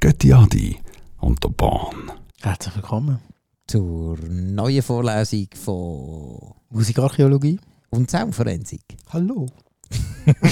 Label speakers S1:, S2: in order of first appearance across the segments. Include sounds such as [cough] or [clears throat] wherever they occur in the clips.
S1: Gute Adi und der Bahn.
S2: Herzlich willkommen.
S3: zur neuen Vorlesung von
S2: Musikarchäologie.
S3: und Soundforensik.
S2: Hallo.
S3: Das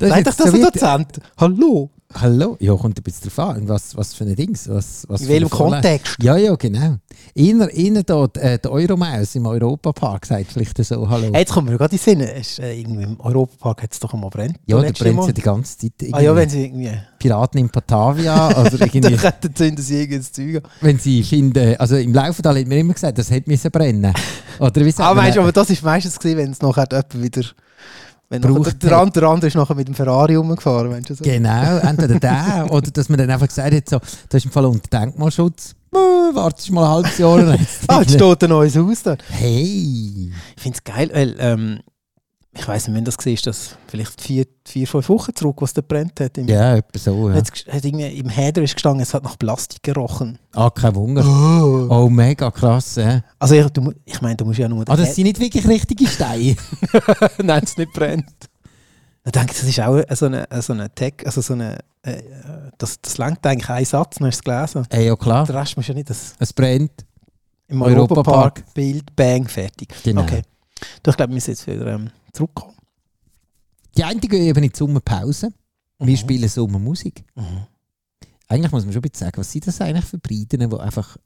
S2: Sei doch
S3: jetzt
S2: das
S3: so
S2: ein
S3: wie-
S2: Dozent. Hallo.
S3: Hallo, ja, kommt ein bisschen drauf an. Was, was für ein Dings? Was, was
S2: In
S3: für eine
S2: welchem
S3: Vorlesung?
S2: Kontext?
S3: Ja, ja, genau. Inner, inner dort, äh, der Euromaus im Europapark sagt vielleicht so Hallo.
S2: Hey, jetzt kommt mir gerade in den Sinn. Es Ist, äh, irgendwie Im Europapark hat es doch einmal brennt.
S3: ja, da
S2: Letztes
S3: brennt
S2: Mal.
S3: sie die ganze Zeit.
S2: Ah ja,
S3: irgendwie.
S2: wenn sie [laughs] irgendwie...
S3: Piraten
S2: [laughs]
S3: in Batavia oder
S2: Dann
S3: irgendwie,
S2: könnten zünden sie irgendein Zeug an.
S3: wenn sie finden, also im Laufental hat man immer gesagt, das hätte müssen
S2: [laughs]
S3: brennen. Oder wie sagt
S2: Aber,
S3: man?
S2: weißt, Ah, du, aber das war meistens, gewesen, wenn es nachher jemand wieder... Wenn nachher,
S3: Braucht
S2: der, andere, der andere ist nachher mit dem Ferrari rumgefahren, meinst du so?
S3: Genau, entweder der oder dass man dann einfach gesagt hat, so, das ist im Fall unter Denkmalschutz. Äh, Wartest mal ein halbes Jahr. dann hat's
S2: Ah, jetzt steht ein neues Haus da.
S3: Hey!
S2: Ich finde es geil, weil ähm, ich weiß nicht, wenn das war, ist das vielleicht vier, vier, fünf Wochen zurück, was der brennt hat. Im,
S3: Ja, etwa so. Ja.
S2: Hat's gest- hat irgendwie, Im Heder ist gestanden, es hat nach Plastik gerochen.
S3: Ah, kein Wunder.
S2: Oh.
S3: [laughs] Oh, mega krass. Ja.
S2: Also ich, du, mu- ich meine, du musst ja nur den
S3: Ah, das
S2: Herd-
S3: sind nicht wirklich
S2: [laughs]
S3: richtige Steine. [laughs]
S2: Nein, es nicht brennt. Ich denke, das ist auch äh, so eine, so eine Tech, also so eine, äh, das, das langt eigentlich ein Satz, dann hast du es gelesen.
S3: Ey, ja klar,
S2: Der Rest muss ja nicht, das
S3: es brennt.
S2: im
S3: Europapark.
S2: Europapark, Bild, Bang, fertig.
S3: Genau.
S2: Okay. Du, ich glaube, wir müssen jetzt wieder ähm, zurückkommen.
S3: Die einen gehen eben in die Sommerpause. Wir spielen Sommermusik.
S2: Mhm.
S3: Eigentlich muss man schon ein bisschen sagen, was sind das eigentlich für Breiten, die einfach...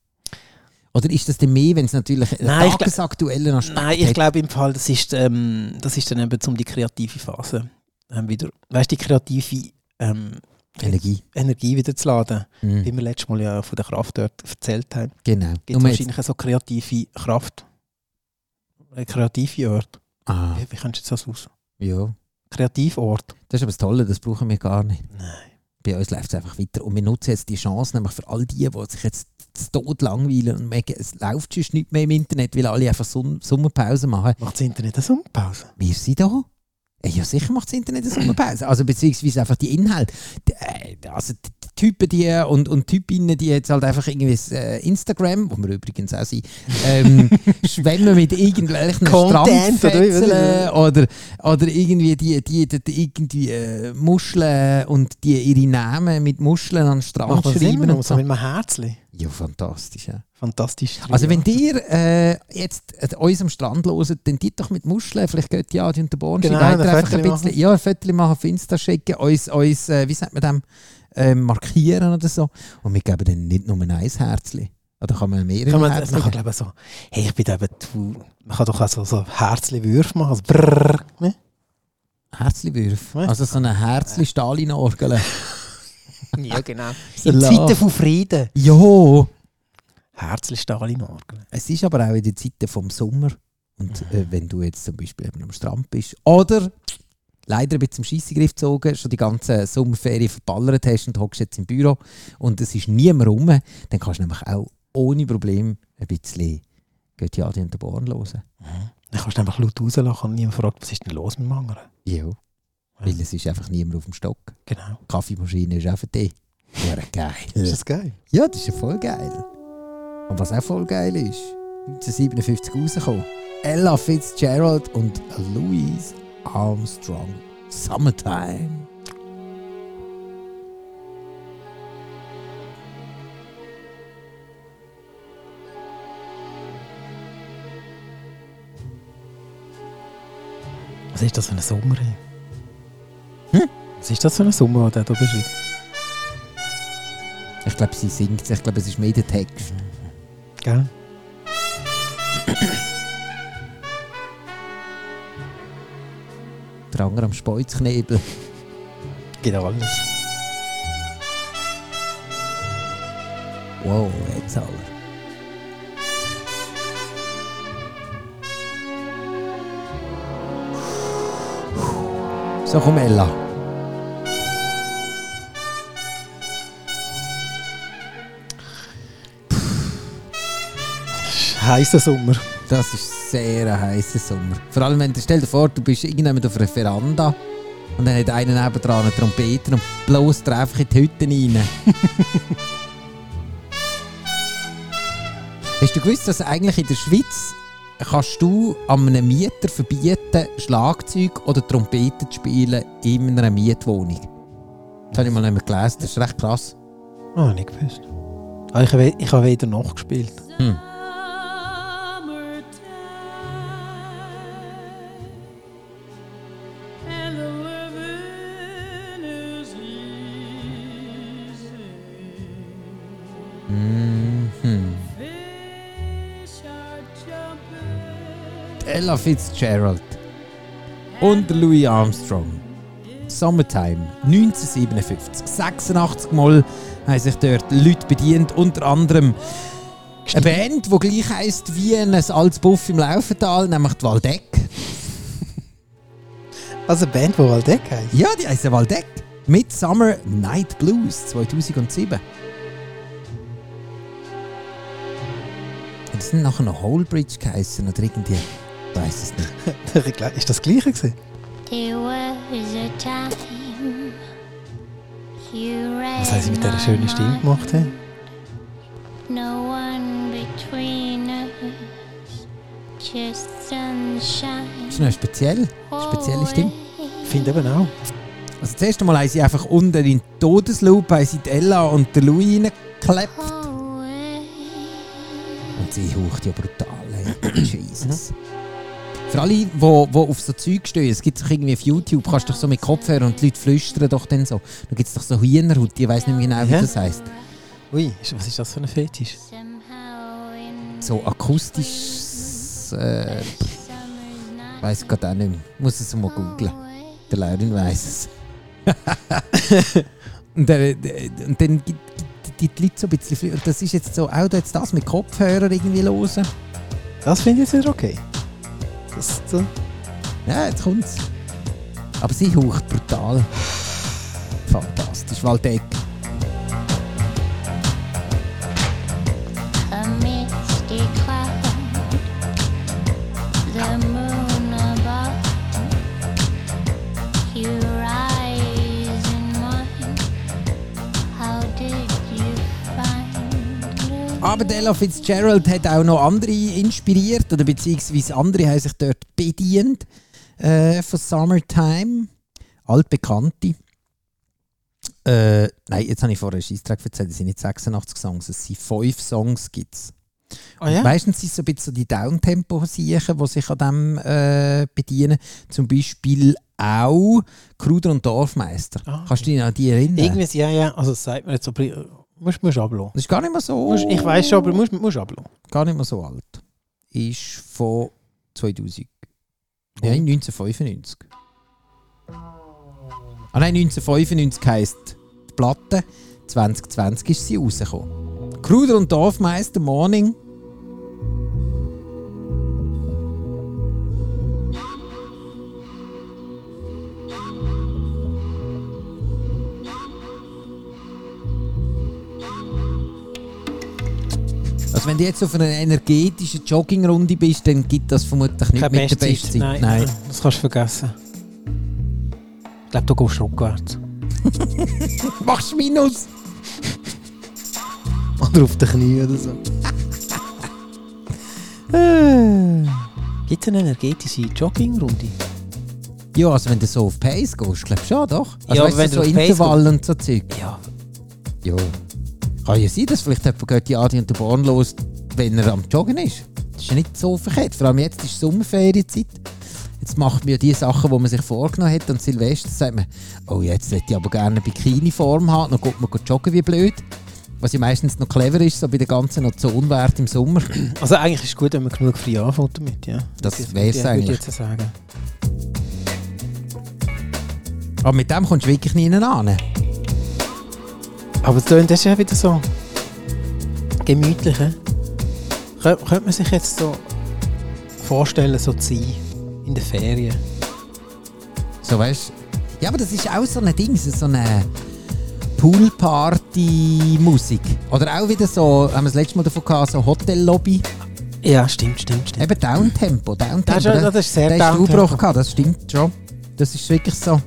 S3: Oder ist das denn mehr, wenn es natürlich
S2: Nein,
S3: einen
S2: ich glaub-
S3: tagesaktuellen Aspekt
S2: Nein, ich
S3: hat?
S2: glaube im Fall, das ist, ähm, das ist dann eben um die kreative Phase ähm, wieder, weißt du, die kreative ähm,
S3: Energie.
S2: Energie wieder zu laden,
S3: Mhm.
S2: wie wir letztes Mal ja von der Kraft dort erzählt haben.
S3: Genau.
S2: Gibt
S3: Nur
S2: es
S3: jetzt-
S2: wahrscheinlich auch so kreative Kraft, äh, kreative Orte.
S3: Ah,
S2: Wie, wie kennst du jetzt das aus?
S3: ja.
S2: Kreativort.
S3: Das ist aber das Tolle, das brauchen wir gar nicht.
S2: Nein.
S3: bei uns läuft es einfach weiter. Und wir nutzen jetzt die Chance, nämlich für all die, die sich jetzt zu Tod langweilen und merken, es läuft sonst nicht mehr im Internet, weil alle einfach Son- Sommerpause machen.
S2: Macht das Internet eine Sommerpause?
S3: Wir sind da. Äh, Ja, sicher macht das Internet eine Sommerpause. Also beziehungsweise einfach die Inhalte. Die, äh, Also die die Typen die und, und Typinnen, die jetzt halt einfach irgendwie das, äh, Instagram, wo wir übrigens auch sind,
S2: [laughs]
S3: ähm, schwemmen mit irgendwelchen
S2: Content,
S3: Strandfetzeln
S2: oder?
S3: oder, oder irgendwie die, die, die, die irgendwie äh, Muscheln und die ihre Namen mit Muscheln an den Strand
S2: Macht das
S3: schreiben
S2: immer noch
S3: und
S2: so
S3: so.
S2: mit einem Herzchen?
S3: Ja, fantastisch. Ja.
S2: Fantastisch.
S3: Also wenn ihr äh, jetzt äh, uns am Strand loset, dann die doch mit Muscheln, vielleicht geht die Adi und der Born
S2: Genau,
S3: schreibt
S2: ein
S3: einfach
S2: Foto
S3: ein bisschen,
S2: machen.
S3: ja, ein Foto machen auf Insta schicken, uns, uns äh, wie sagt man dem, äh, markieren oder so. Und wir geben dann nicht nur ein Herzchen. Oder kann man mehrere
S2: kann man,
S3: Herzchen
S2: man kann
S3: geben?
S2: glaube ich so, hey, ich bin da eben zu, man kann doch auch so, so Herzli-Würfe machen, also brrrr, ne?
S3: Herzchenwürfe.
S2: Weißt du?
S3: Also so eine Herzchen-Stalin-Orgel.
S2: [laughs] Ja, genau. In
S3: Salat.
S2: Zeiten von Frieden.
S3: ja,
S2: Herzli-Stalin-Orgel.
S3: es ist aber auch in den Zeiten vom Sommer. Und äh, wenn du jetzt zum Beispiel eben am Strand bist oder leider ein bisschen im Scheissegriff gezogen, schon die ganze Sommerferien verballert hast und hockst jetzt im Büro und es ist niemand rum, dann kannst du nämlich auch ohne Problem ein bisschen Götti Adi und der Born hören.
S2: Dann kannst du einfach laut rauslachen und niemand fragt, was ist denn los mit dem anderen?
S3: Ja. Weil es ist einfach niemand auf dem Stock.
S2: Genau.
S3: Die Kaffeemaschine ist auch für dich. Ja, geil.
S2: das geil?
S3: Ja, das ist ja voll geil. Und was auch voll geil ist, 1957 rausgekommen. Ella Fitzgerald und Louis Armstrong. Summertime.
S2: Was ist das für ein Sommer? Hm? Was ist das für ein Sommer, den du beschreibst?
S3: Ich glaube, sie singt es. Ich glaube, es ist mehr der Text.
S2: Gell?
S3: Der andere am Speuzknebel.
S2: Geht alles.
S3: Wow, jetzt alle. So, komm, Ella.
S2: Heißer Sommer.
S3: Das ist sehr ein heißer Sommer. Vor allem, wenn du stell dir vor, du bist irgendjemand auf einer Veranda und dann hat einer nebendran einen Trompeter und bloß einfach in die Hütte rein. Hast du gewusst, dass eigentlich in der Schweiz kannst du an einem Mieter verbieten, Schlagzeug oder Trompete zu spielen in einer Mietwohnung? Das habe ich mal nicht mehr gelesen, das ist recht krass.
S2: Ah, nicht gewusst. Ah, ich, we- ich habe weder noch gespielt.
S3: Hm. Mhm. Ella Fitzgerald und Louis Armstrong. Summertime 1957. 86 Mal haben sich dort Leute bedient, unter anderem eine Band, die gleich heisst wie ein altes Buff im Laufental, nämlich die Waldeck.
S2: Also eine Band, die Waldeck heisst. [laughs]
S3: Ja, die heißen Waldeck. Mit Summer Night Blues 2007. Das sind nachher noch Whole Bridge geheissen oder irgendwie. Ich weiß es nicht.
S2: ist das gleiche gewesen?
S4: There was a time you read
S2: Was haben sie mit dieser schönen Stimme
S4: my
S2: gemacht? He?
S4: No one between us, just sunshine.
S3: Das ist noch speziell. Spezielle Stimme.
S2: Ich finde eben auch.
S3: Also das erste Mal haben sie einfach unten in den Todesloop haben sie die Ella und den Louis reingeklebt. Und sie haucht ja brutal. ey. [clears throat] Jesus. Für alle, die, die auf so Zeug stehen, es gibt doch irgendwie auf YouTube, kannst du doch so mit Kopfhörer und die Leute flüstern doch dann so. Da gibt es doch so Hühnerhut, ich weiß nicht mehr genau, wie
S2: Ja.
S3: das heisst.
S2: Ui, ist- was ist das für ein Fetisch?
S3: So akustisches... Äh,
S4: night
S3: weiß ich gerade auch nicht mehr. Muss es mal googlen.
S4: away.
S3: Der Laurin weiß es. [laughs] und, der, der, und dann gibt die, die Leute so ein bisschen. fli- Und das ist jetzt so, auch da jetzt das mit Kopfhörer irgendwie hören.
S2: Das finde ich jetzt wieder okay. Das, das,
S3: Ja, jetzt kommt's. Aber sie haucht brutal. Fantastisch, Waldeck.
S4: A misty cloud, the moon above. You rise in mine. How did you find
S3: Aber Della Fitzgerald hat auch noch andere inspiriert, oder beziehungsweise andere haben sich dort bedient äh, von Summertime. Altbekannte. Äh, nein, jetzt habe ich vorher einen Scheissdreck erzählt, es sind nicht 86 Songs, es sind 5 Songs gibt's.
S2: ah ja?
S3: Meistens sind es so ein bisschen so die Downtempo-Siechen, die sich an dem äh, bedienen. Zum Beispiel auch Kruder und Dorfmeister.
S2: Ah.
S3: Kannst du dich an die erinnern?
S2: Irgendwie, ja, ja. Also das sagt man jetzt so, aber ich- musst du ablassen.
S3: Das ist gar nicht mehr so.
S2: Musst- Ich weiß schon, aber musst du ablassen.
S3: gar nicht mehr so alt. Ist von 2000. Nein, 1995. Ah nein, 1995 heisst die Platte. 2020 ist sie rausgekommen. Kruder und Dorfmeister Morning. Also wenn du jetzt auf einer energetischen Joggingrunde bist, dann gibt das vermutlich nicht
S2: Keine
S3: mit der
S2: Bestzeit.
S3: Bestzeit.
S2: Nein,
S3: [laughs]
S2: das kannst du vergessen. Ich glaube, du gehst rückwärts.
S3: Machst Minus!
S2: Oder auf den Knie oder so. Gibt es Äh. eine energetische Joggingrunde?
S3: Ja, also wenn du so auf Pace gehst, glaubst du schon, doch? Also
S2: Ja,
S3: weißt
S2: wenn
S3: so
S2: du auf Pace
S3: Intervall und so Zeug.
S2: Ja.
S3: Ja. Kann ja sein, dass vielleicht jemand geht die Adi und der Born los, wenn er am Joggen ist. Das ist ja nicht so verkehrt. Vor allem jetzt ist Sommerferienzeit. Jetzt macht man ja die Sachen, die man sich vorgenommen hat. Und Silvester sagt man, oh, jetzt hätte ich aber gerne eine Bikini-Form haben. Dann geht man joggen wie blöd. Was ja meistens noch clever ist, so bei der ganzen Ozonwert
S2: [clears throat]
S3: im Sommer.
S2: Also eigentlich ist es gut, wenn man genug frei anfängt damit, ja.
S3: Das
S2: Würde ich-
S3: wär's
S2: würde ich- Würde
S3: eigentlich.
S2: ich jetzt sagen.
S3: Aber mit dem kommst du wirklich nie an.
S2: Aber das tönt- das ist ja wieder so gemütlich, hä? Kö- Könnte man sich jetzt so vorstellen, so zu sein in den Ferien?
S3: So weißt Ja, aber das ist auch so ein Ding, so eine Poolparty-Musik. Oder auch wieder so, haben wir das letzte Mal davon gehabt, so Hotellobby.
S2: Ja, stimmt, stimmt, stimmt.
S3: Eben Downtempo, Downtempo.
S2: Das ist- das ist sehr
S3: da hast du
S2: Downtempo.
S3: Aufbruch gehabt, das stimmt schon. Das ist wirklich so.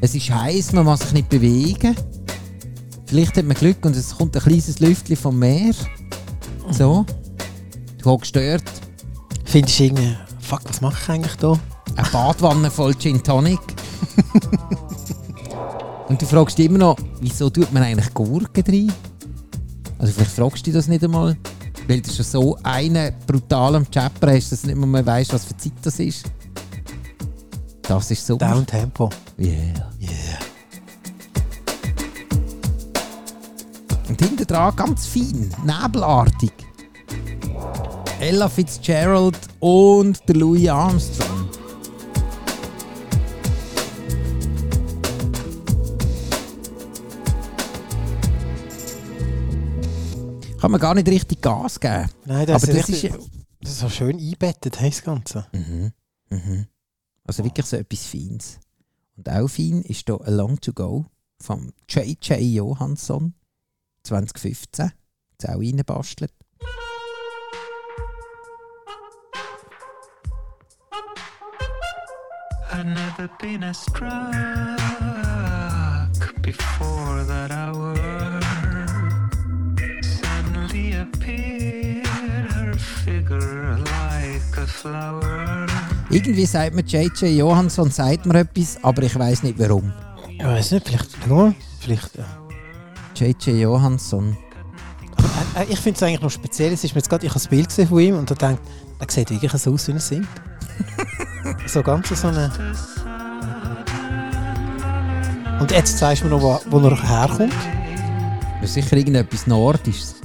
S3: Es ist heiß, man muss sich nicht bewegen. Vielleicht hat man Glück und es kommt ein kleines Lüftchen vom Meer. So. Du hockst dort,
S2: Findest du irgendwie, fuck, was mache ich eigentlich da?
S3: eine Badwanne voll Gin Tonic. Und du fragst dich immer noch, wieso tut man eigentlich Gurken rein? Also vielleicht fragst du dich das nicht einmal, weil du schon so einen brutalen Chapper hast, dass du nicht mal mehr weißt, was für Zeit das ist. Das ist so.
S2: Down Tempo.
S3: Yeah. Und hinten dran ganz fein, nebelartig. Ella Fitzgerald und der Louis Armstrong. Kann man gar nicht richtig Gas geben.
S2: Nein, das,
S3: Aber
S2: ist,
S3: das
S2: richtig,
S3: ist
S2: das ist so schön eingebettet, hey, das Ganze.
S3: Mhm. Mhm. Also wirklich so etwas Feines. Und auch fein ist hier Along to Go von J.J. Johansson 2015. Ist auch reinbastelt.
S5: I'd never been as struck before that hour. Suddenly appeared her figure like a flower.
S3: Irgendwie sagt man J.J. Johansson sagt mir etwas, aber ich weiß nicht warum.
S2: Ich weiß nicht, vielleicht. Schau mal. Vielleicht, äh,
S3: J.J. Johansson.
S2: äh, ich finde es eigentlich noch speziell. Es ist mir jetzt gerade, ich habe das Bild gesehen von ihm und da denkt, er sieht wirklich so aus, wie er [laughs] singt. so ganz so eine. Und jetzt zeigst du mir noch, wo, wo er herkommt.
S3: Das ist sicher irgendetwas Nordisches.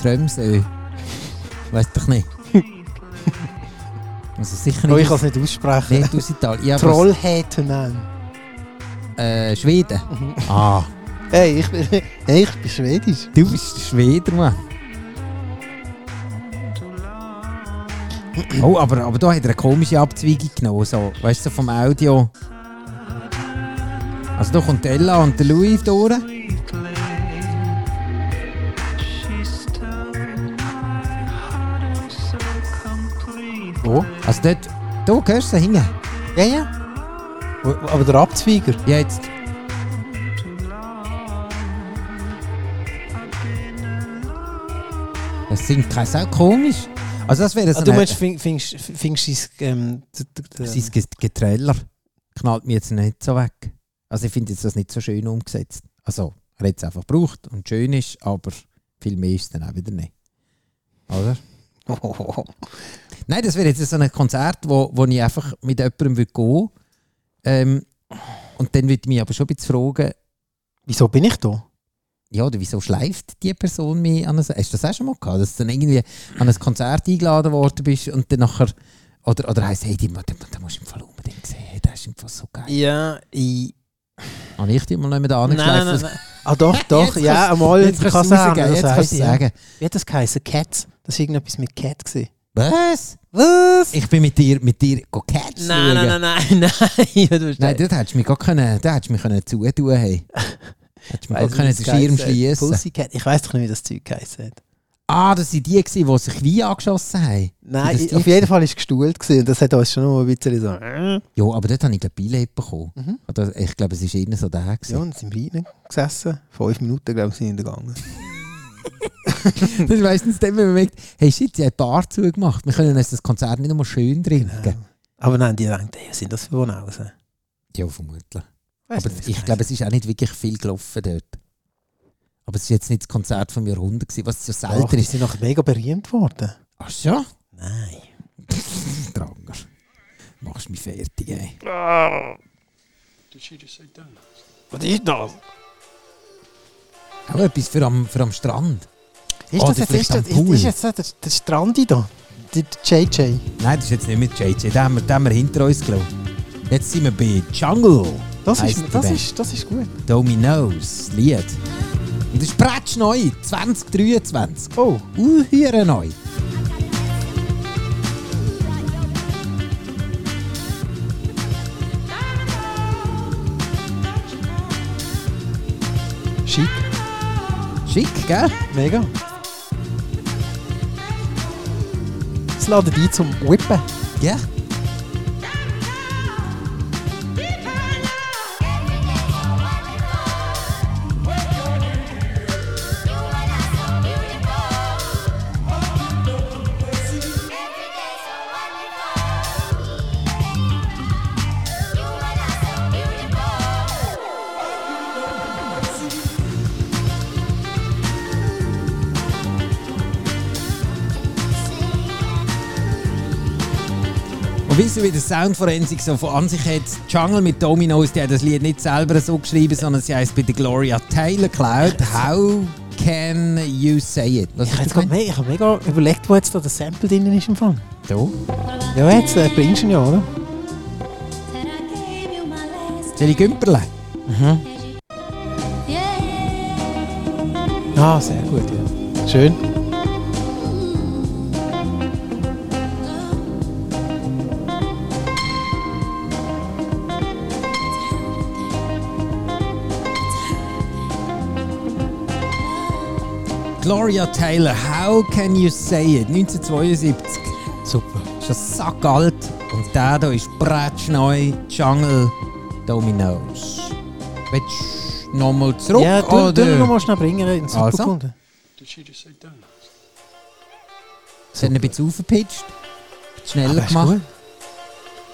S3: Trömsö. Weiß doch nicht. Also sicher
S2: Oh, ich kann
S3: nicht
S2: es nicht aussprechen.
S3: nicht aus Italien. Ja, aber
S2: Trollhätenen.
S3: Äh, Schweden.
S2: Mhm.
S3: Ah.
S2: Hey, ich bin, [laughs] hey, ich bin schwedisch.
S3: Du bist Schweder, Mann. Oh, aber, aber da hat er eine komische Abzweigung genommen, so, weißt du, so vom Audio. Also da kommt Ella und der Louis durch.
S5: She stole my heart oh so completely.
S3: Wo? Also dort, da hörst du sie hinten.
S2: Ja, ja. Wo- wo- Aber der Abzweiger.
S3: Ja, jetzt. Das sind keine Sau komisch. Also das wäre so
S2: Ah, du
S3: eine-
S2: meinst, fing- fingst fingst du ähm, d- d- d-
S3: Sein Get- Geträller knallt mir jetzt nicht so weg. Also ich finde jetzt das nicht so schön umgesetzt. Also er hat es einfach gebraucht und schön ist, aber viel mehr ist es dann auch wieder nicht. Oder?
S2: Oh.
S3: Nein, das wäre jetzt so ein Konzert, wo, wo ich einfach mit jemandem würd gehen würde. Ähm, und dann würde ich mich aber schon ein bisschen fragen,
S2: Wieso bin ich da?
S3: ja, oder wieso schleift die Person mich an ein... Hast du das auch schon mal gehabt, dass du dann irgendwie an ein Konzert eingeladen worden bist und dann nachher... Oder, oder heisst, hey, den musst du im Fall unbedingt sehen, hey, der ist im Fall so geil.
S2: Ja, ich.
S3: Habe ich dich mal nicht mehr da
S2: Nein, nein,
S3: angeschleift?
S2: nein, Ah, doch, doch,
S3: Jetzt
S2: ja,
S3: kannst-
S2: einmal.
S3: Jetzt kannst du es sagen. Jetzt kannst du es
S2: sagen.
S3: sagen.
S2: Wie hat das geheißen? Cat? Das war irgendetwas mit Cat. Gewesen.
S3: Was?
S2: Was?
S3: Ich bin mit dir, mit dir go Cats schauen.
S2: nein, [laughs] nein. nein,
S3: Nein, dort hättest du mich gar können, da hättest du mich können
S2: [laughs]
S3: zutun, hey. hättest du mich gar können den Schirm schließen.
S2: Pussycat. Ich weiß doch nicht, wie das Zeug geheißen hat.
S3: Ah, das waren die, gewesen, die sich wie angeschossen haben.
S2: Nein,
S3: das
S2: ich,
S3: die
S2: auf jeden Fall war es gestuhlt gewesen, und das hat uns schon noch ein bisschen so.
S3: Ja, aber dort habe ich den Billett bekommen.
S2: Mhm.
S3: Oder also, ich glaube, es war eher so der.
S2: Ja,
S3: Gewesen.
S2: und sind wir rein gesessen. Fünf Minuten, glaube ich, sind wir gegangen.
S3: das ist meistens dann, wenn man merkt, hey shit, sie hat Bar zugemacht. Wir können uns das Konzert nicht nur schön trinken.
S2: Aber nein, die denken, hey, was sind das für Wohnhausen?
S3: Ja, vermutlich.
S2: Weiss
S3: Aber
S2: nicht, was
S3: ich
S2: das
S3: glaube, es ist auch nicht wirklich viel gelaufen dort. Aber es war jetzt nicht das Konzert vom Jahrhundert, gewesen, was so
S2: heisst. Doch,
S3: selten
S2: die
S3: ist.
S2: sind nachher mega berühmt worden.
S3: Ach
S2: [laughs]
S3: so?
S2: Nein.
S3: Dranger. Machst mich fertig, ey.
S2: Was ist das?
S3: Auch etwas für am, für am Strand.
S2: Ist
S3: Oh,
S2: das,
S3: die
S2: jetzt,
S3: fliegt
S2: ist,
S3: am
S2: das, ist,
S3: Pool.
S2: ist jetzt so der, der Strandi da? Der, der JJ?
S3: Nein, das ist jetzt nicht mit JJ. Den haben wir, den haben wir hinter uns gelassen. Jetzt sind wir bei Jungle.
S2: Das
S3: heisst
S2: ist,
S3: die
S2: das,
S3: Band.
S2: ist, das ist gut.
S3: Dominoes, Lied. Und das ist Bretsch neu, 2023.
S2: Oh,
S3: Uhüre neu.
S2: schick.
S3: Schick, gell?
S2: Mega. Das laden die zum Whippen.
S3: Ja.
S4: Beautiful.
S3: wie so wie der Soundforensik so von an sich hat, Jungle mit Dominoes, die haben das Lied nicht selber so geschrieben, sondern sie heißt bei der Gloria Taylor Cloud. How can you say it? Was
S2: Ich habe
S3: hast
S2: jetzt
S3: du
S2: gerade me- ich hab mega überlegt, wo jetzt da das Sample drin ist im Fall.
S3: gemeint? Da.
S2: Ja, jetzt äh, bringst du ihn ja, oder?
S3: Soll ich Gümperle?
S2: Ah, sehr gut, ja. Schön.
S3: Gloria Taylor, How can you say it? 1972. Super. Schon sackalt. Und der hier ist bretschneu Jungle Dominoes. Willst du nochmal zurück?
S2: ja, du, du
S3: oder?
S2: noch mal schnell bringen in
S3: Also?
S2: Superkunde.
S3: Sie haben ein bisschen aufgepitcht. Schneller gemacht.
S2: gut.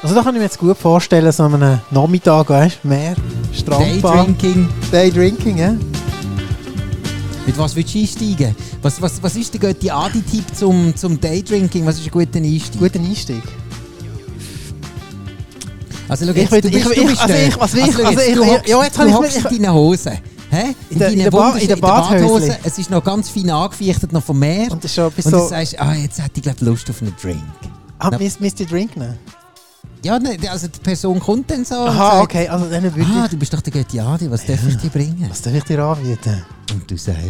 S2: Also da kann ich mir jetzt gut vorstellen, so an einem Nachmittag, weißt du, Meer, Strandbahn,
S3: Daydrinking.
S2: Day Drinking, ja.
S3: Mit was willst du einsteigen? Was, was, was ist der gute Adi-Tipp zum, zum Daydrinking? Was ist ein guter Einstieg?
S2: Guter Einstieg.
S3: Also schau
S2: Ich
S3: jetzt,
S2: will-
S3: du bist,
S2: ich-
S3: du bist
S2: also
S3: der-
S2: ich- also ich-
S3: schau
S2: also
S3: jetzt,
S2: ich-
S3: du
S2: ja,
S3: hockst-
S2: ja, jetzt
S3: du
S2: habe ich mir-
S3: hockst
S2: ich-
S3: in deinen Hosen. Hä?
S2: In der- in der Ba-
S3: wunderschönen-
S2: in der Badhösli.
S3: Badhose. Es ist noch ganz fein angefeuchtet noch vom Meer.
S2: Und das ist schon bis
S3: Und
S2: so,
S3: du sagst, ah, jetzt hätte ich glaub, Lust auf einen Drink.
S2: ah,
S3: Ja.
S2: misst misst die Drink nehmen.
S3: Ja, ne, also die Person kommt dann so und
S2: Aha,
S3: sagt,
S2: okay, also dann würde
S3: ah,
S2: ich...
S3: du bist doch der gute Adi, was darf ich dir bringen?
S2: Was darf ich dir anbieten?
S3: Und du sagst,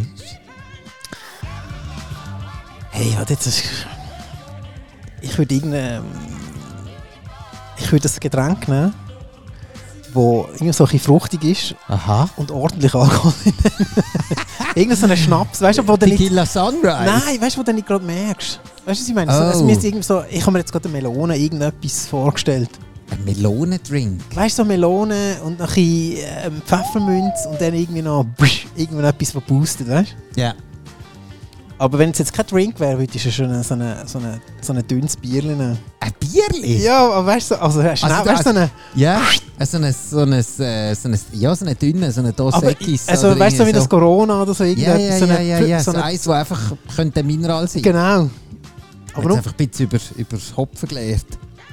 S2: Hey, warte, jetzt ist... Ich würde irgendein... ähm, Ich würde das Getränk nehmen, wo irgendwie so ein bisschen fruchtig ist
S3: aha,
S2: und ordentlich Alkohol drin [laughs] Irgendein so ein Schnaps, weißt du, wo du nicht...
S3: Tequila Sunrise.
S2: Nein, weißt du, wo du nicht gerade merkst? Weißt du, was ich meine? So, es
S3: Oh.
S2: müsste irgendwie so, ich habe mir jetzt gerade eine Melone irgendetwas vorgestellt.
S3: Ein Melonendrink.
S2: Weißt du, so Melone und noch ein bisschen, ähm, Pfeffermünz und dann irgendwie noch psch, irgendwie etwas, was boostet, weißt du?
S3: Ja.
S2: Aber wenn es jetzt kein Drink wäre, würde ich schon so ein so eine, so eine dünnes Bierchen nehmen.
S3: Ein Bierli?
S2: Ja, aber weißt du, also, schnell,
S3: da-
S2: weißt du, so eine,
S3: Ja, so ein, so ein, äh, so ein, ja, so eine dünne, so eine Dose
S2: aber,
S3: Eckis
S2: also,
S3: oder
S2: weißt du, so wie
S3: irgendwie
S2: das Corona oder so,
S3: Ja,
S2: irgendetwas,
S3: ja,
S2: so
S3: ja,
S2: eine,
S3: ja, ja,
S2: so
S3: so
S2: eine,
S3: eins, das einfach könnte ein Mineral sein.
S2: genau. Aber
S3: Aber
S2: nur,
S3: einfach ein bisschen über, über das Hopfen gelernt.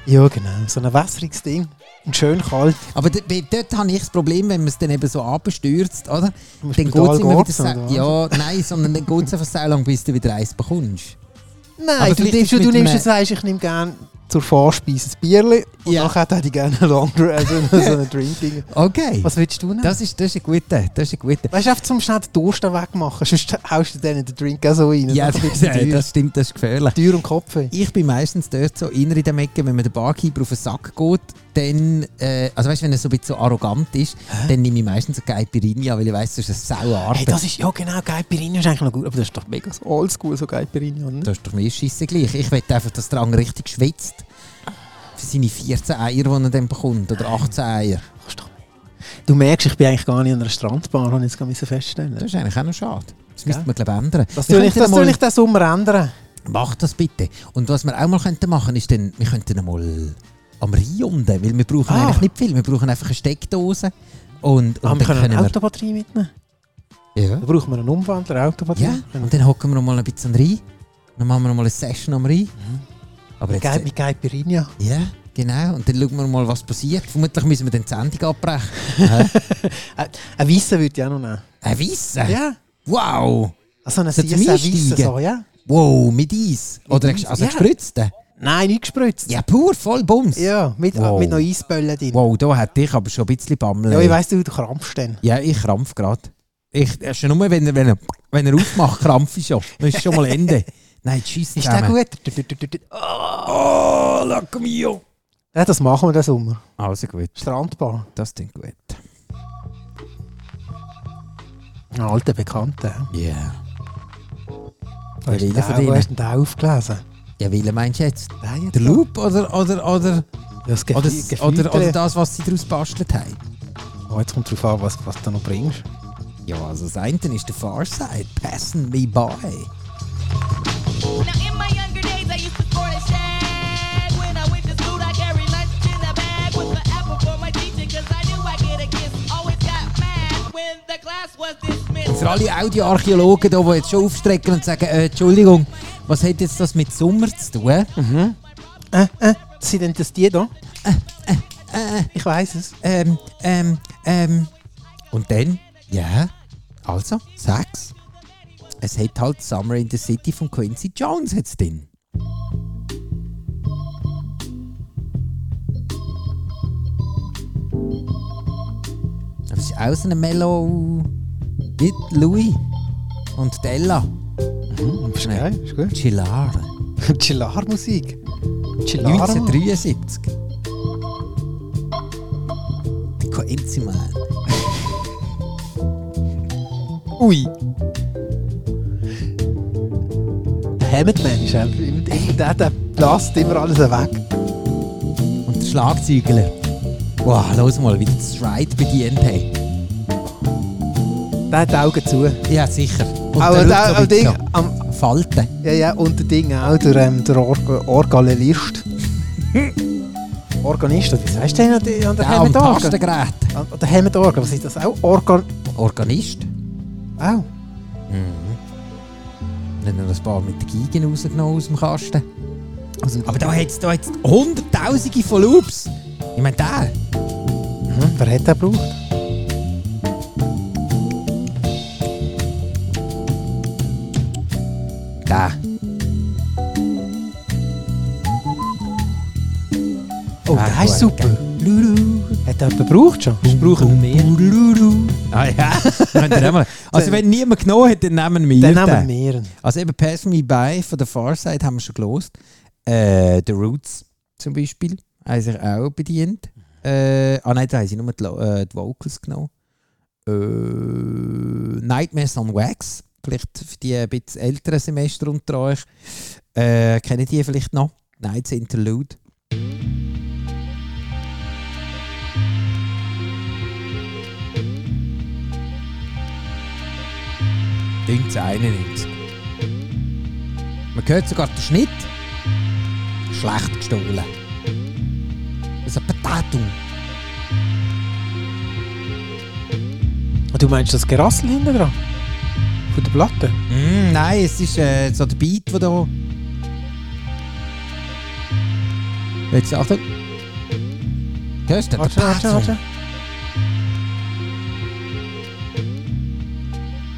S2: ja, genau, so ein wässriges Ding und schön kalt.
S3: Aber d- bei- dort habe ich das Problem, wenn man es dann eben so abstürzt, oder?
S2: Du musst
S3: Dann
S2: brutal
S3: geht es immer wieder
S2: gorzen,
S3: sehr,
S2: oder?
S3: Ja, nein, sondern dann geht es einfach sehr lang, bis du wieder eins bekommst.
S2: Nein,
S3: Aber
S2: du,
S3: vielleicht
S2: nimmst-
S3: ist
S2: du
S3: mit
S2: nimmst
S3: einem-
S2: jetzt, weißt, ich nehme gerne zur Vorspeise ein Bierli und
S3: Ja.
S2: nachher hätte ich gerne [laughs] einen Long also so
S3: [laughs]
S2: einen Drinking.
S3: Okay.
S2: Was willst du nehmen?
S3: Das ist, das ist ein guter, das ist ein guter.
S2: Weißt du, einfach zum schnell den Durst wegmachen, sonst haust du denen den Drink auch so rein.
S3: Ja,
S2: das
S3: das,
S2: ist ein
S3: äh,
S2: bisschen
S3: das stimmt, das ist gefährlich.
S2: teuer. Teuer und Kopf. ey.
S3: Ich bin meistens dort so inner in der Mecke, wenn mir der Barkeeper auf den Sack geht, dann, äh, also weißt du, wenn er so ein bisschen arrogant ist, dann nehme ich meistens eine Caipirinha, weil ich weiss, das ist eine sauer
S2: Hey, das ist, ja genau, Geipirinho ist eigentlich noch gut, aber das ist doch mega so oldschool, so ne? Geipirinho, oder?
S3: Das ist doch mir scheisse gleich. Ich will einfach, dass der andere richtig schwitzt. Für seine 14 Eier, die er dann bekommt, oder 18 Eier.
S2: Kannst doch nicht. Du merkst, ich bin eigentlich gar nicht an einer Strandbar, habe ich jetzt gerade müssen
S3: Das
S2: feststellen
S3: ist eigentlich auch noch schade. Das
S2: Ja.
S3: müsste man, glaube ich, ändern.
S2: Das
S3: Wir
S2: tue ich,
S3: könnten
S2: das
S3: mal-
S2: tue ich diesen Sommer ändern.
S3: Mach das bitte. Und was wir auch mal könnten machen, ist dann, wir könnten einmal am Rhein unten, weil wir brauchen
S2: Ah.
S3: eigentlich nicht viel. Wir brauchen einfach eine Steckdose. Und, und
S2: Ah,
S3: dann
S2: wir können
S3: können
S2: eine
S3: wir...
S2: Autobatterie mitnehmen.
S3: Ja.
S2: Da brauchen wir einen Umwandler, eine Autobatterie.
S3: Ja, und dann hocken wir noch mal ein bisschen rein. Dann machen wir noch mal eine Session am Rhein. Aber jetzt,
S2: Geil, mit Geipirinho.
S3: ja, genau. Und dann schauen wir mal, was passiert. Vermutlich müssen wir dann die Sendung abbrechen.
S2: Äh, Ein Weissen würde ich auch noch nehmen.
S3: Ein Weissen?
S2: Ja.
S3: Wow!
S2: Also ein
S3: Soll
S2: süßer
S3: zum
S2: Weissen,
S3: Einsteigen?
S2: so, ja.
S3: Wow, mit Eis. Oder
S2: Eis,
S3: ein- also
S2: ja.
S3: ja. gespritzten.
S2: Nein, nicht gespritzt.
S3: Ja, pur, voll Bums.
S2: Ja, mit,
S3: Wow.
S2: mit noch Eisböllen drin.
S3: Wow, da hätte ich aber schon ein bisschen Bammel.
S2: Ja, ich weiss, du, du krampfst dann.
S3: Ja, ich krampf gerade. Ich, äh, schon nur, wenn er, wenn er, wenn er aufmacht, krampf ich schon. Dann ist schon
S2: [laughs]
S3: mal Ende. Nein, tschüss
S2: Ist
S3: zusammen.
S2: der gut? Du, du, du, du, du.
S3: Oh, leck mio.
S2: Ja, das machen wir den Sommer.
S3: Also gut,
S2: Strandbar.
S3: das klingt gut.
S2: Ein alter Bekannter.
S3: Ja. Yeah.
S2: Wo hast du
S3: will
S2: den-
S3: von denen?
S2: wo hast du den aufgelesen?
S3: Ja, welchen meinst du jetzt?
S2: Nein,
S3: Der Loop oder, oder, oder,
S2: Das
S3: oder,
S2: Gefühl.
S3: oder, oder, das, was sie daraus bastelt haben?
S2: Oh, jetzt kommt drauf an, was, was du noch bringst.
S3: Ja, also das eine ist der Farside, Passing Me By.
S6: Now in my younger days, I used to sport a shag. When I went to school, I carried lunch in a bag with an apple for my teacher, cause I knew I'd get a kiss. Always got mad when the class was dismissed.
S3: Für alle Audioarchäologen, hier, die jetzt schon aufstrecken und sagen, äh, Entschuldigung, was hat jetzt das mit Sommer zu tun?
S2: Sind denn das die da? Ich weiß es.
S3: Ähm, ähm, ähm. Und dann, ja, also, sechs. Es hat halt Summer in the City von Quincy Jones jetzt drin. Das ist auch so eine Mellow mit Louis und Della.
S2: Mhm, Ist
S3: Ja.
S2: geil, ist gut. [laughs]
S3: Chillar.
S2: Chillar-Musik. Chillar.
S3: 1973. Der Quincy Man.
S2: Ui. Der Hammondman ist einfach, immer- immer der, der bläst immer alles weg.
S3: Und der Schlagzeugler. Wow, los mal, wie die das Ride bedient haben.
S2: Der hat die Augen zu.
S3: Ja, sicher. Und
S2: Auch,
S3: der
S2: auch, auch
S3: Rückwärts
S2: Ding,
S3: so.
S2: am,
S3: Falten.
S2: ja, ja, und der Ding auch, der, ähm, der Or [laughs] Organist. Organist, das heißt der an der- an der
S3: Der am
S2: Hammond-Orgel.
S3: Tastengerät.
S2: An an der Hammond-Orgel, was ist das auch? Organ...
S3: Organist.
S2: Wow.
S3: Dann haben wir ein paar mit der Geigen rausgenommen aus dem Kasten. Aber da hat es da hat's hunderttausende von Loops. Ich meine, der.
S2: Mhm. Wer hat den gebraucht?
S3: Der.
S2: Oh,
S3: Ah,
S2: der ist
S3: gut,
S2: super. Hat der jemand gebraucht schon? Das brauchen wir mehr.
S3: Ah [laughs] ja. Könnt ihr auch mal- also wenn niemand genommen hat, dann nehmen wir
S2: Dann
S3: den.
S2: nehmen wir ihn.
S3: Also eben Pass Me By von der Farside haben wir schon gelost. Äh, The Roots zum Beispiel haben sich auch bedient. Äh, ah nein, da haben sie nur die, Lo- äh, die Vocals genommen. Äh, Nightmares on Wax. Vielleicht für die ein bisschen älteren Semester unter euch. Äh, kennen die vielleicht noch? Nights Interlude. Dünnt 91. Man hört sogar den Schnitt. Schlecht gestohlen. Also Potato.
S2: Und du meinst das Gerassel hinten dran? Von der Platte?
S3: Mm, nein, es ist äh, so der Beat, der da. Jetzt, Achtung. Hörst du den
S2: Warte, warte,
S3: Potato?
S2: warte.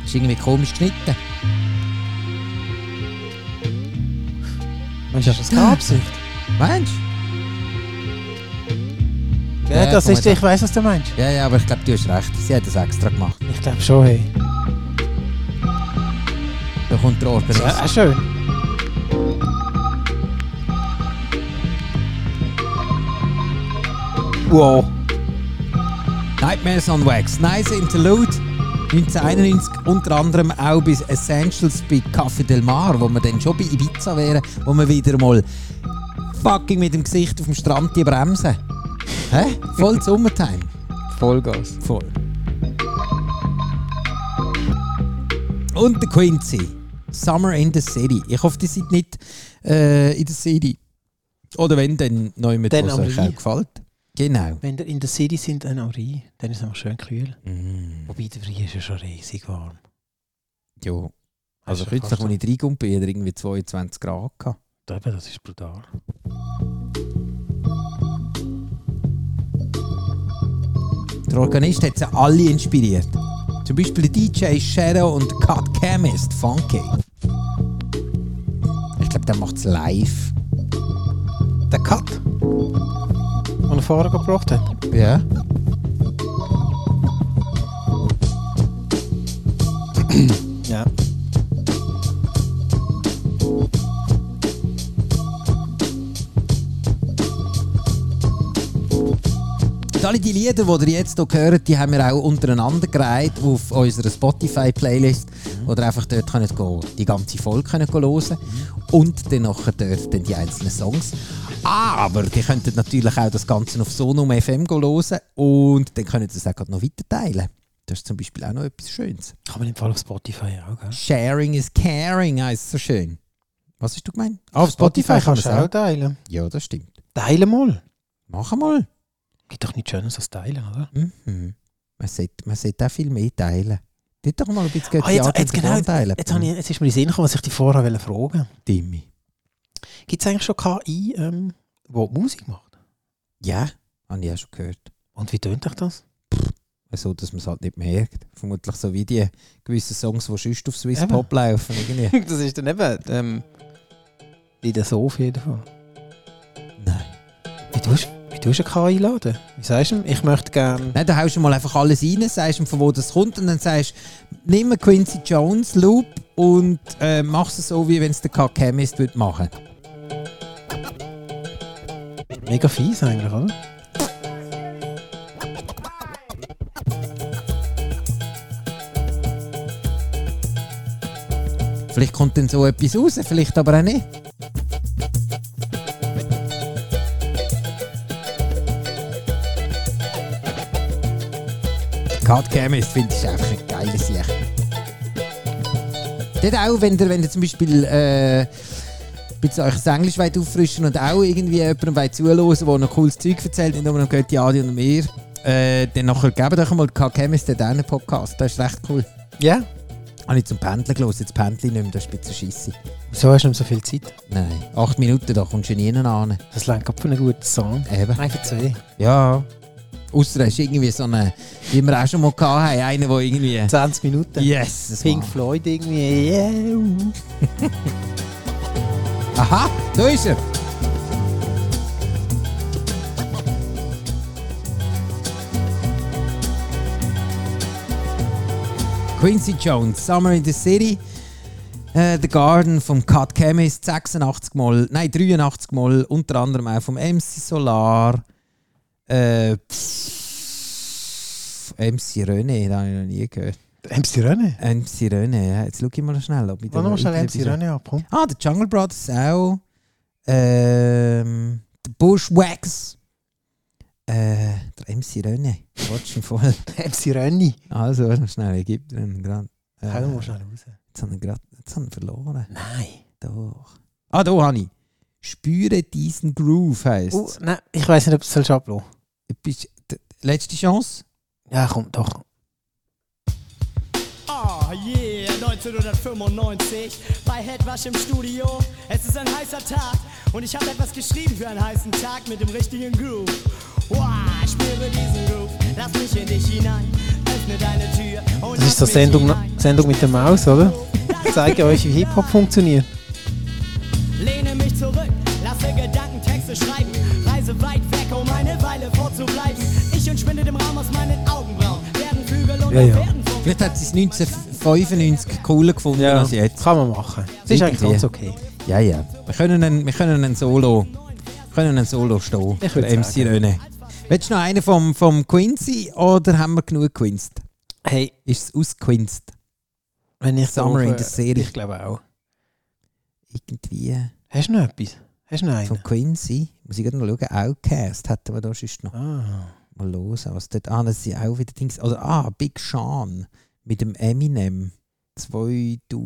S3: Ist irgendwie komisch geschnitten.
S2: Meinst du, das keine Absicht?
S3: Meinst du?
S2: Ja, das
S3: komm
S2: ist,
S3: jetzt.
S2: ich weiss, was du meinst.
S3: Ja, ja, aber ich glaube, du hast recht. Sie hat das extra gemacht.
S2: Ich glaube schon, hey.
S3: Da kommt der Organist.
S2: Ja, auch schön.
S3: Wow. Nightmares on Wax, Nice Interlude, 1991 unter anderem auch bei Essentials bei Café Del Mar, wo wir dann schon bei Ibiza wären, wo wir wieder mal fucking mit dem Gesicht auf dem Strand die Bremse. Hä?
S2: [laughs]
S3: Voll Summertime.
S2: Vollgas.
S3: Voll. Und der Quincy. Summer in the City. Ich hoffe, die seid nicht äh, in der City. Oder wenn, dann neu mit
S2: Dann
S3: was
S2: am
S3: euch
S2: Rhein.
S3: auch gefällt. Genau.
S2: Wenn ihr in der City sind, dann auch rein. Dann ist es einfach schön kühl.
S3: Mm.
S2: Wobei, der Rhein ist ja schon riesig warm.
S3: Ja. Also
S2: Hast du
S3: kürzlich,
S2: fast-
S3: als ich reingekommen bin, hatte ich irgendwie 22 Grad. Gehabt.
S2: Eben, das ist brutal.
S3: Der Organist hat sie alle inspiriert. Zum Beispiel die DJ Shadow und Cut Chemist, Funky. Ich glaube, der macht es live.
S2: Der Cut, den er vorher gebracht hat.
S3: Ja.
S2: Ja.
S3: Und alle die Lieder, die ihr jetzt hier hört, die haben wir auch untereinander gereiht auf unserer Spotify-Playlist. Oder einfach dort könnt go, die ganze Folge können go hören Und dann nachher dort dann die einzelnen Songs. Aber die könnten natürlich auch das Ganze auf Sonum FM go hören und dann könnt ihr das auch grad noch weiter teilen. Das ist zum Beispiel auch noch etwas Schönes.
S2: Kann man im Fall auf Spotify auch, gell?
S3: Sharing is caring heisst so schön. Was hast du gemeint? Ah, auf
S2: kannst du
S3: man's
S2: auch teilen.
S3: Ja, das stimmt.
S2: Teilen mal.
S3: Mach mal.
S2: Gibt doch nichts Schönes als teilen, oder?
S3: Mhm. Man sollte, man sollte auch viel mehr teilen. Tut doch mal ein bisschen
S2: Ah, jetzt-
S3: Theater
S2: jetzt
S3: und
S2: genau,
S3: Verstand teilen.
S2: Jetzt, habe ich, jetzt ist mir in den Sinn gekommen, was ich dich vorher wollte fragen
S3: Timmy.
S2: Gibt es eigentlich schon KI ähm, der Musik macht.
S3: Ja, habe ich ja schon gehört.
S2: Und wie tönt euch das?
S3: So, dass man es halt nicht merkt. Vermutlich so wie die gewissen Songs, die sonst auf Swiss
S2: Eben.
S3: Pop laufen.
S2: [laughs]
S3: Irgendwie.
S2: das ist dann eben ähm, wie der so auf jeden Fall.
S3: Nein.
S2: Wie tust wie tust du eine KI einladen? Wie sagst du ihm, ich möchte gerne...
S3: Nein, da haust du mal einfach alles rein, sagst ihm, von wo das kommt und dann sagst nimm einen Quincy Jones Loop und äh, mach es so, wie wenn es der K-Chemist würde machen.
S2: Mega fies eigentlich, oder?
S3: Vielleicht kommt dann so etwas raus, vielleicht aber auch nicht. Card Chemist finde ich einfach ein geiler Sieg. Dort auch, wenn ihr, wenn ihr zum Beispiel äh, ein bisschen euch das Englisch wollt auffrischen und auch irgendwie jemandem wollt zuhören der noch cooles Zeug erzählt, nicht nur am Götti, Adi und mir, äh, dann nachher gebt euch mal Card Chemist dort auch einen Podcast. Das ist recht cool.
S2: Ja.
S3: Habe ich zum Pendeln gelesen, jetzt pendle ich nicht mehr, das ist ein bisschen scheisse.
S2: Wieso hast du nicht so viel Zeit?
S3: Nein, acht Minuten, da kommst du nie an.
S2: Das lenkt ab für einen guten Song.
S3: Eben.
S2: Nein, für zwei.
S3: Ja. Ausser hast du irgendwie so einen, wie wir auch schon mal hatten, einen, der irgendwie...
S2: 20 Minuten.
S3: Yes, das
S2: Pink
S3: war-
S2: Floyd irgendwie. Yeah.
S3: Aha, da ist er. Quincy Jones, Summer in the City. Äh, The Garden vom Cut Chemist, 86 Mal, nein, 83 Mal, unter anderem auch vom MC Solar. Äh, pff, MC René, das habe ich noch nie gehört.
S2: MC René.
S3: MC René, ja. jetzt schaue ich mal schnell, ob ich
S2: Wann musst du
S3: irgendetwas-
S2: MC René ab? [laughs] komm.
S3: Ah, der Jungle Brothers auch. Ähm, der Bushwax. Äh, der MC René. Watschen voll.
S2: MC René.
S3: [laughs] Also, warte mal schnell, ich gebe dir einen gerade. Äh,
S2: Hau mal schnell raus.
S3: jetzt haben wir gerade, jetzt haben wir verloren.
S2: Nein.
S3: Doch. Ah, da habe ich. Spüre diesen Groove heisst.
S2: Oh, nein, ich weiß nicht, ob du es ablassen sollst.
S3: Bist- d- Letzte Chance.
S2: Ja, komm, doch.
S7: Ah, yeah, 1995 bei Headwash im Studio. Es ist ein heißer Tag und ich habe etwas geschrieben für einen heißen Tag mit dem richtigen Groove. Wow, spüre diesen Groove, lass mich in dich hinein, öffne deine Tür. Und
S2: Das ist so
S7: lass mich
S2: Sendung,
S7: hinein.
S2: Sendung mit der Maus, oder? Ich zeige euch, wie Hip-Hop funktioniert.
S7: Lehne mich zurück, lasse Gedankentexte schreiben, reise weit weg, um eine Weile vorzubleiben. Ich entschwinde dem Raum aus meinen Augenbrauen, werden Flügel und
S2: Ja, ja.
S7: werden Funken.
S3: Vielleicht hat sie es 1995 cooler gefunden als also jetzt.
S2: Kann man machen. Das ist eigentlich
S3: Irgendwie.
S2: ganz okay.
S3: Ja, ja. Wir können einen, wir können einen Solo, wir können einen Solo stehen.
S2: Ich würd
S3: Der MC
S2: sagen.
S3: René. Willst du noch einen vom, vom Quincy oder haben wir genug Quinzt?
S2: Hey,
S3: Ist es ausgequinzt?
S2: wenn ich
S3: Summer in
S2: darf,
S3: the
S2: äh,
S3: City.
S2: Ich glaube auch.
S3: Irgendwie
S2: Hast du noch etwas? Hast du noch
S3: vom
S2: einen?
S3: Quincy. Muss ich gerade noch schauen. Outcast hätten wir da sonst noch.
S2: Ah.
S3: Mal los. Was dort, ah, das sind auch wieder Dings. Oder, ah, Big Sean mit dem Eminem.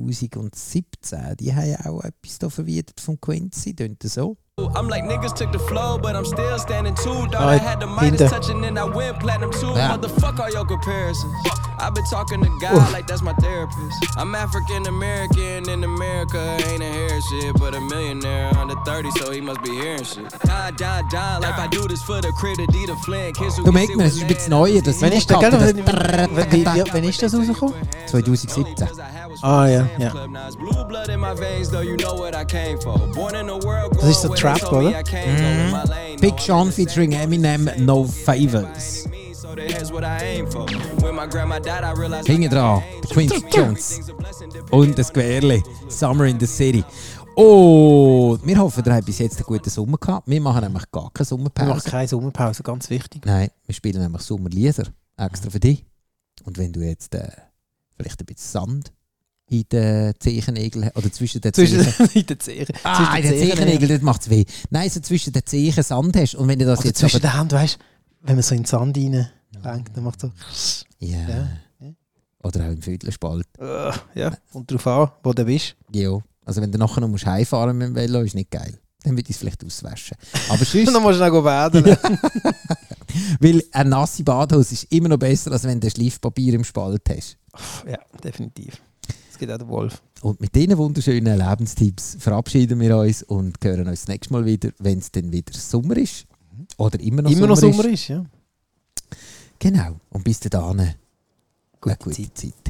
S3: 2017. Die haben ja auch etwas da verwirrt vom Quincy. Tönt das so?
S8: I'm like niggas took the flow, but I'm still standing too. Dog,
S2: Ah,
S8: I had the
S2: Peter.
S8: Midas touching and I went platinum too.
S3: Yeah.
S8: Motherfuck all your comparisons. I've been talking to God
S2: Oof.
S8: like that's my therapist. I'm African American in America, ain't a hair shit, but a millionaire under 30, so he must be hearing shit. Die, die, die, like I do this for the crib, the Dita Flynn, kiss who
S3: Du
S8: can
S3: merkst
S8: see
S3: mir,
S8: what's
S3: es ist ein bisschen
S8: laying
S3: neu. Das
S2: Wann ist, der, gell,
S3: das-
S2: wenn, wenn, wie- wie- wann ist das rausgekommen?
S3: 2017.
S2: Ah, ja, ja.
S8: Das
S2: ist der Trap, oder?
S3: Big Sean featuring Eminem, No Favors.
S8: [laughs]
S3: Hinten dran, der Quincy Jones und das Gewehrli, Summer in the City. Und wir hoffen, ihr habt bis jetzt einen guten Sommer gehabt. Wir machen nämlich gar keine
S2: Wir machen
S3: Sommerpause.
S2: keine Sommerpause, ganz wichtig.
S3: Nein, wir spielen nämlich Sommerlieder, extra für dich. Und wenn du jetzt äh, vielleicht ein bisschen Sand in den Zehennägeln hast, oder zwischen den
S2: Zwischen
S3: Zehen... [laughs]
S2: in den Zehen.
S3: Ah, in den Zehennägeln, das macht es weh. Nein, so zwischen den Zehen Sand hast und wenn du das
S2: Oder
S3: jetzt aber...
S2: zwischen den Händen, weißt du, wenn man so in den Sand reinlenkt, dann macht so.
S3: Ja.
S2: Ja.
S3: Oder auch im Viertelspalt.
S2: Äh, ja, kommt drauf an, wo du bist.
S3: Ja. Also wenn du nachher noch musst heimfahren mit dem Velo, ist nicht geil. Dann würde ich es vielleicht auswaschen.
S2: [laughs]
S3: Aber sonst,
S2: dann musst du noch baden.
S3: weil ein nasse Badhose ist immer noch besser, als wenn du Schleifpapier im Spalt hast.
S2: Ja, definitiv. Es gibt auch den Wolf.
S3: Und mit diesen wunderschönen Lebenstipps verabschieden wir uns und hören uns das nächste Mal wieder, wenn es dann wieder Sommer ist. Oder Mhm. immer noch,
S2: Immer noch
S3: Sommer,
S2: Sommer ist, ja.
S3: Genau. Und bis dahin, gute,
S2: Gute
S3: gute Zeit.